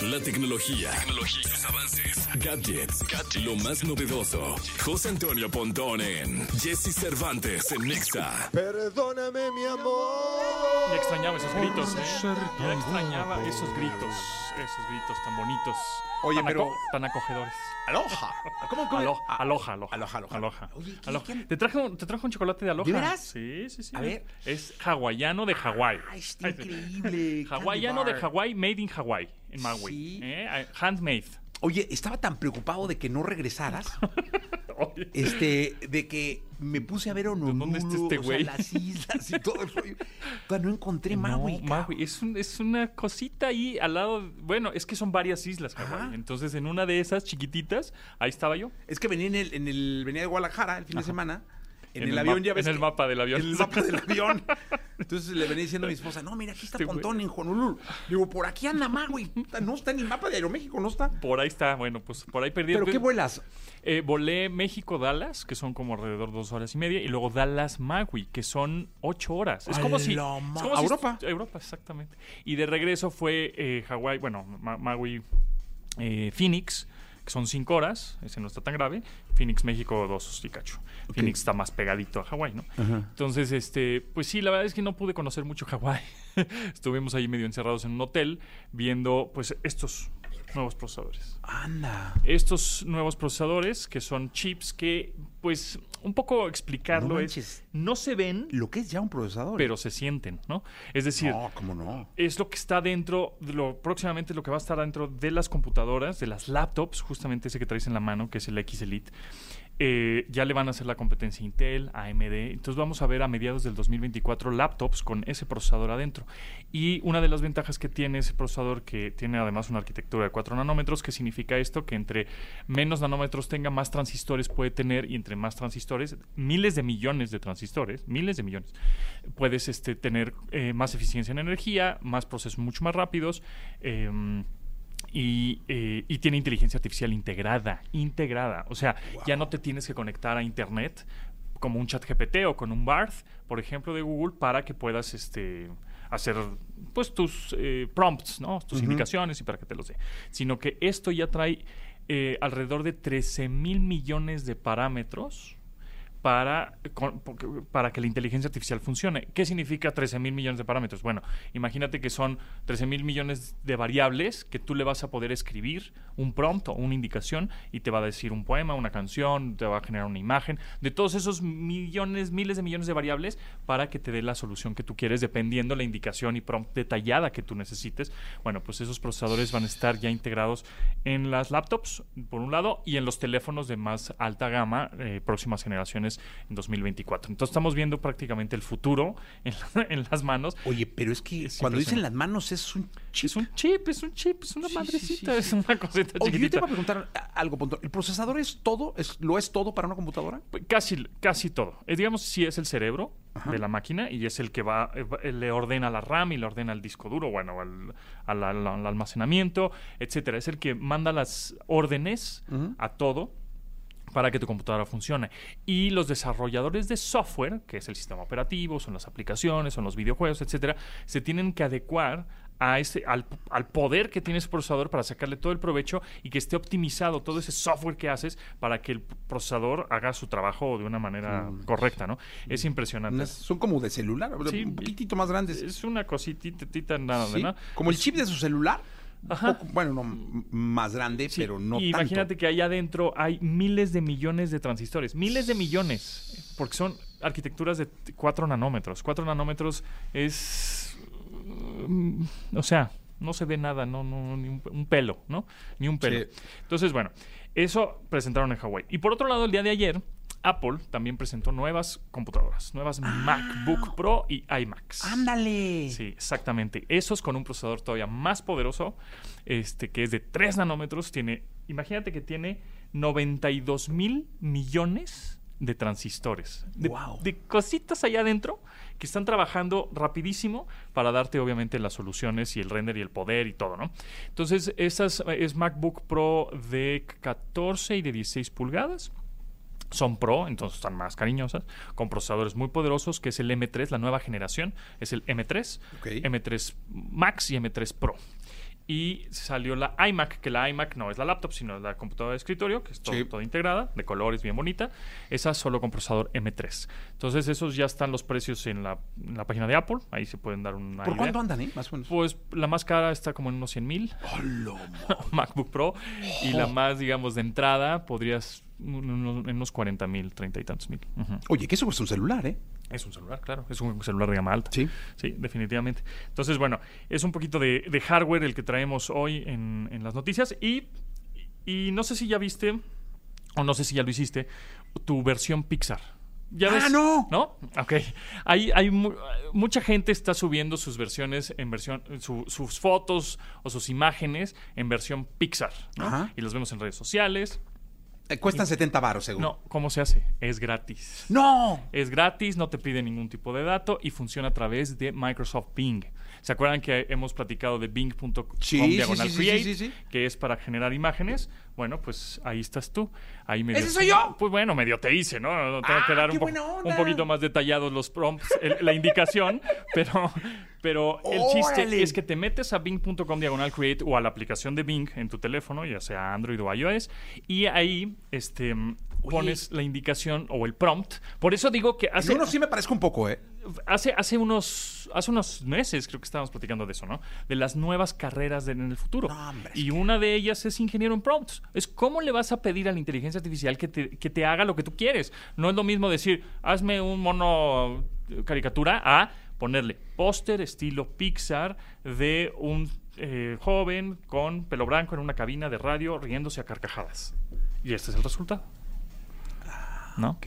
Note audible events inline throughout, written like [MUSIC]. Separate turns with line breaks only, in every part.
La tecnología, tecnología, sus avances, gadgets, gadgets, lo más novedoso. José Antonio Pontón en Jesse Cervantes en Nexa.
Perdóname, mi amor.
Ya extrañaba esos gritos, ¿eh? Ya extrañaba esos gritos, esos gritos tan bonitos.
Oye,
tan aco-
pero-
tan acogedores.
Aloha. ¿Cómo, cómo?
Aloja, aloja, aloja.
Aloha, aloha.
Aloha.
Oye, ¿qué-
Aloha.
qué-
¿Te, traje un, ¿Te traje un chocolate de aloja?
¿De veras?
Sí, sí, sí.
A
es,
ver.
es hawaiano de Hawái.
Ay,
Ay,
está
sí.
increíble.
Hawaiano
Candy
de
bar.
Hawái, made in Hawái, en Maui.
Sí.
¿Eh? Ah, Handmade.
Oye, estaba tan preocupado de que no [LAUGHS] regresaras,
Oye,
este, de que me puse a ver Honolulu,
dónde está este
o sea,
güey?
las islas y todo el rollo. O sea, no encontré Maui.
No, Maui. Es, un- es una cosita ahí al lado. Bueno, es que son varias islas, Hawái.
Ajá.
Entonces, en una de esas chiquititas, ahí estaba yo.
Es que venía en el, en el venía de Guadalajara el fin de semana. En,
En
el,
el
avión
map-
ya ves.
en el
que-
mapa del avión.
En el
[LAUGHS]
mapa del avión. Entonces le venía diciendo a mi esposa, no, mira, aquí está
Este güey.
Pontón en Honolulu. Digo, por aquí anda Maui. Puta, No está en el mapa de Aeroméxico, no está.
Por ahí está. Bueno, pues por ahí perdí.
Pero qué vuelas.
Eh, volé México-Dallas, que son como alrededor de dos horas y media, y luego Dallas-Maui, que son ocho horas. Es
A
como si.
la
es
ma-
como
¿A
si-
Europa?
a Europa, exactamente. Y de regreso fue eh, Hawái, bueno, Ma- Maui, eh, Phoenix, que son cinco horas, ese no está tan grave. Phoenix, México, dos y cacho. Phoenix está más pegadito a Hawái, ¿no? Entonces, este, pues sí, la verdad es que no pude conocer mucho Hawái. [LAUGHS] Estuvimos ahí medio encerrados en un hotel viendo, pues, estos nuevos procesadores
Anda.
estos nuevos procesadores que son chips que, pues, un poco explicarlo
No
es,
manches.
no se ven,
Lo que es ya un procesador.
pero se sienten, ¿no? Es decir,
No, cómo no.
es lo que está dentro, de lo, próximamente lo que va a estar dentro de las computadoras, de las laptops, justamente ese que traes en la mano, que es el X Elite. Eh, ya le van a hacer la competencia a Intel, AMD. Entonces vamos a ver a mediados del 2024 laptops con ese procesador adentro. Y una de las ventajas que tiene ese procesador, que tiene además una arquitectura de 4 nanómetros, que significa esto, que entre menos nanómetros tenga, más transistores puede tener, y entre más transistores, miles de millones de transistores, miles de millones, puedes este, tener eh, más eficiencia en energía, más procesos mucho más rápidos. em, y, eh, y tiene inteligencia artificial integrada, integrada. O sea, ya no te tienes que conectar a internet como un chat GPT o con un Barth, por ejemplo, de Google, para que puedas este, hacer pues tus eh, prompts, ¿no? Tus indicaciones y para que te los dé. Sino que esto ya trae eh, alrededor de 13 mil millones de parámetros para, con- porque- para que la inteligencia artificial funcione. ¿Qué significa 13 mil millones de parámetros? Bueno, imagínate que son 13 mil millones de variables que tú le vas a poder escribir un prompt o una indicación y te va a decir un poema, una canción, te va a generar una imagen, de todos esos millones, miles de millones de variables para que te dé la solución que tú quieres dependiendo la indicación y prompt detallada que tú necesites. Bueno, pues esos procesadores van a estar ya integrados en las laptops, por un lado, y en los teléfonos de más alta gama, eh, próximas generaciones en 2024. Entonces estamos viendo prácticamente el futuro en, la- en las manos.
Oye, pero es que
Es
cuando dicen
impresionante.
las manos es un chip.
Es un chip, es un chip, es una
Sí, sí,
madrecita,
sí, sí.
es una cosita
Oye, yo te
chiquitita.
voy a preguntar a- algo, Pontón. ¿El procesador es todo? ¿Es- ¿Lo es todo para una computadora?
Casi, casi todo. Eh, digamos, sí es el cerebro de la máquina y es el que va, eh, va- eh, le ordena la RAM y le ordena el disco duro, bueno, al, al- al- al almacenamiento, etcétera. Es el que manda las órdenes a todo para que tu computadora funcione. Y los desarrolladores de software, que es el sistema operativo, son las aplicaciones, son los videojuegos, etcétera, se tienen que adecuar a ese, al, al poder que tiene ese procesador para sacarle todo el provecho y que esté optimizado todo ese software que haces para que el procesador haga su trabajo de una manera correcta, ¿no? Es impresionante.
Unas- son como de celular, o sea,
Sí,
un poquitito más grandes.
Es una cositita nada,
¿sí?
¿no?
Como el chip de su celular. un
Ajá.
poco- bueno, no, m- más grande,
Sí,
pero no
y
tanto.
Imagínate que allá adentro hay miles de millones de transistores, miles de millones, porque son arquitecturas de 4 nanómetros. 4 nanómetros es. mm, O sea, no se ve nada, no, no, ni un, un pelo, ¿no? Ni un pelo.
Sí.
Entonces, bueno, eso presentaron en Hawái. Y por otro lado, el día de ayer. Apple también presentó nuevas computadoras, nuevas
Ah.
MacBook Pro y iMacs.
¡Ándale!
Sí, exactamente. Esos con un procesador todavía más poderoso, este, que es de 3 nanómetros, tiene, imagínate que tiene 92 mil millones de transistores. De,
Guau.
de cositas allá adentro que están trabajando rapidísimo para darte obviamente las soluciones y el render y el poder y todo, ¿no? Entonces, esas eh, es MacBook Pro de 14 y de 16 pulgadas son pro, entonces están más cariñosas, con procesadores muy poderosos, que es el M3, la nueva generación, es el M3,
Ok.
M3 Max y M3 Pro. Y salió la iMac, que la iMac no es la laptop, sino la computadora de escritorio, que es todo,
Sí.
todo integrada, de colores, bien bonita. Esa solo con procesador M3. Entonces, esos ya están los precios en la, en la página de Apple. Ahí se pueden dar una
¿Por
idea.
cuánto andan, eh? Más o menos.
Pues la más cara está como en unos 100 mil. [LAUGHS] MacBook Pro. Y la más, digamos, de entrada podrías un- unos- en unos 40 mil, 30 y tantos mil. Ujú.
Oye, que eso es un celular, ¿eh?
Es un celular, claro. Es un celular de gama alta.
Sí.
Sí, definitivamente. Entonces, bueno, es un poquito de, de hardware el que traemos hoy en, en las noticias. Y, y no sé si ya viste, o no sé si ya lo hiciste, tu versión Pixar. ¿Ya
¡Ah,
ves?
no!
¿No? Ok. Hay, hay mu- mucha gente está subiendo sus versiones en versión, su- sus fotos o sus imágenes en versión Pixar. ¿no?
Ajá.
Y los vemos en redes sociales.
Eh, cuestan 70 baros, según.
No, ¿cómo se hace? Es gratis.
¡No!
Es gratis, no te pide ningún tipo de dato y funciona a través de Microsoft Bing. ¿Se acuerdan que hemos platicado de bing.com
Sí, sí,
diagonal
sí, sí,
create?
sí, sí, sí.
Que es para generar imágenes. Bueno, pues ahí estás tú. Ahí medio-
¿Ese soy yo?
Pues bueno, medio te hice, ¿no? No, Tengo
Ah,
que dar un,
qué
po-
buena onda.
un poquito más detallados los prompts, el- la indicación, [LAUGHS] pero, pero el chiste
Órale.
es que te metes a bing.com diagonal create o a la aplicación de Bing en tu teléfono, ya sea Android o iOS, y ahí este, pones la indicación o el prompt. Por eso digo que
En
hace,
uno sí me parezco un poco, ¿eh?
hace, hace unos, hace unos meses creo que estábamos platicando de eso, ¿no? De las nuevas carreras de- en el futuro.
No, hombre, es
y una de ellas es ingeniero en prompts. Es cómo le vas a pedir a la inteligencia artificial que te, que te haga lo que tú quieres. No es lo mismo decir, hazme un mono eh, caricatura a ponerle póster estilo Pixar de un eh, joven con pelo blanco en una cabina de radio riéndose a carcajadas. Y este es el resultado. ¿no?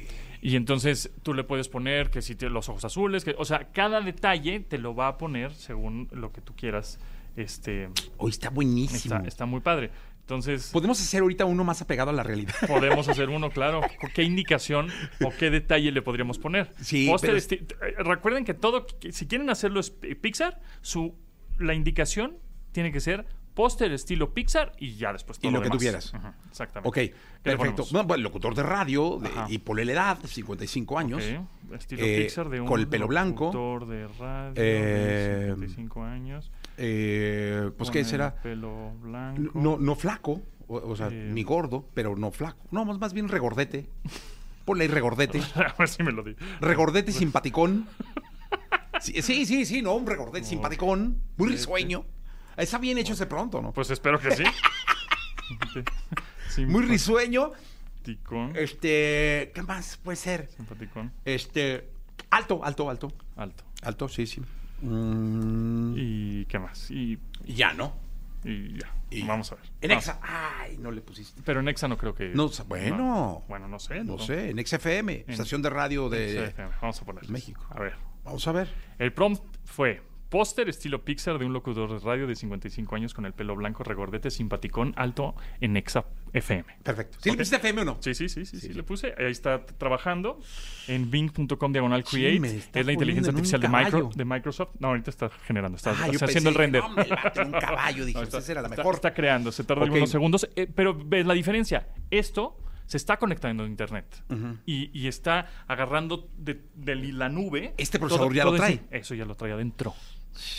Y entonces tú le puedes poner que si tiene los ojos azules, que, o sea, cada detalle te lo va a poner según lo que tú quieras. Este
Hoy está buenísimo.
está, está muy padre. Entonces
[LAUGHS] Podemos hacer ahorita uno más apegado a la realidad.
podemos hacer uno, claro. ¿Qué indicación o qué detalle le podríamos poner?
Sí,
Póster
pero-
esti- eh, Recuerden que todo, que- si quieren hacerlo es eh, Pixar, su la indicación tiene que ser póster estilo Pixar y ya después todo
Y lo que tú
demás.
quieras.
Ajá, exactamente.
Ok,
¿Qué le
perfecto.
ponemos?
No, bueno, pues, locutor de radio de-
Ajá.
y por la edad, 55 años.
Ok, Estilo
Eh,
Pixar de un
con el pelo blanco.
locutor de radio
Eh,
de 55 años.
Eh, pues,
con
¿qué
el
será?
Pelo blanco.
No, no flaco, o, o sea,
Eh.
ni gordo, pero no flaco. No, más más bien regordete. Ponle ahí regordete.
[LAUGHS] A ver si me lo di.
Regordete simpaticón. Sí, sí, sí, sí, no, un regordete simpaticón. Muy risueño. Está bien hecho ese pronto, ¿no?
Pues espero
[LAUGHS]
que sí.
Muy
pues.
risueño.
Simpaticón.
Este, ¿qué más puede ser?
Simpaticón.
Este, alto, alto, alto.
Alto.
Alto, sí, sí. Mm,
¿Y qué más? Y,
y ya, ¿no?
y ya.
Y-
Vamos a ver.
En
Ah,
Exa. Ay, no le pusiste.
pero en Exa no creo que.
No, sa- bueno.
No. Bueno, no sé.
No sé, en XFM, estación de radio de
XFM. Vamos a poner.
México.
A ver.
Vamos a ver.
El prompt fue póster estilo Pixar de un locutor de radio de 55 años con el pelo blanco, regordete, simpaticón, alto en Exa FM.
Perfecto. ¿Sí le
Ok.
pusiste FM o no?
Sí, sí, sí, sí, sí, le puse. Ahí está t- trabajando en bing.com diagonal
Sí,
create.
me está
es la inteligencia
poniendo
artificial
en
de,
un
micro,
caballo.
de Microsoft. No, ahorita está generando, está,
Ah,
está
yo pensé,
haciendo el
dije,
render.
no, hombre, va a
[LAUGHS]
tener un caballo, dije, esa era la mejor.
Está creando, se tarda
Ok.
algunos segundos. eh, pero ves la diferencia. Esto se está conectando a Internet y, y está agarrando de, de la nube.
Este procesador ya lo
ese-
trae.
eso ya lo trae adentro.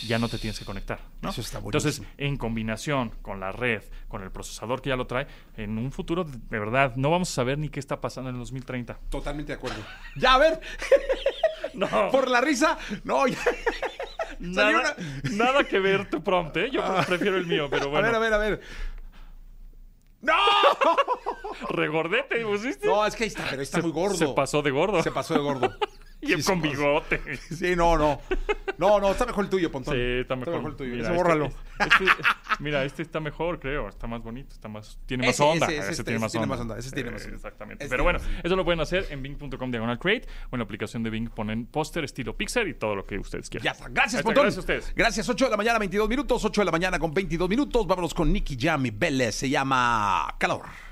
Ya no te tienes que conectar. ¿no?
Eso está
Entonces,
buenísimo.
en combinación con la red, con el procesador que ya lo trae, en un futuro, de verdad, no vamos a saber ni qué está pasando en el 2030.
Totalmente de acuerdo. Ya, a ver,
[LAUGHS]
[LAUGHS]
No,
por la risa. No, ya. salió
nada, nada que ver tu prompt, ¿eh? [LAUGHS] Yo prefiero el mío, pero bueno.
[LAUGHS] A ver, a ver, a ver. ¡No!
Regordete, pusiste.
No, es que ahí está, pero ahí está
Se-
muy gordo.
Se pasó de gordo.
Se pasó de gordo.
y
Sí, se
con
pasó.
bigote.
Sí, no, no. No, no, está mejor el tuyo, Pontón.
Sí, está mejor.
el tuyo.
Mira,
Ese
este-
bórralo.
este- mira, este está mejor, creo. Está más bonito, está más, tiene más
Ese-
onda.
ese- ese está-
tiene
ese
más
tiene
onda. Eh,
más onda, ese tiene más onda.
Exactamente.
Ese
Pero bueno,
tiene más onda.
eso lo pueden hacer en bing.com diagonal create o en la aplicación de Bing ponen póster estilo Pixar y todo lo que ustedes quieran.
Ya está. Gracias,
Ahí está,
Pontón.
Gracias a ustedes.
Gracias. 8 de la mañana, 22 minutos. 8 de la mañana con 22 minutos. Vámonos con Nicky Jam y Vélez. Se llama Calor.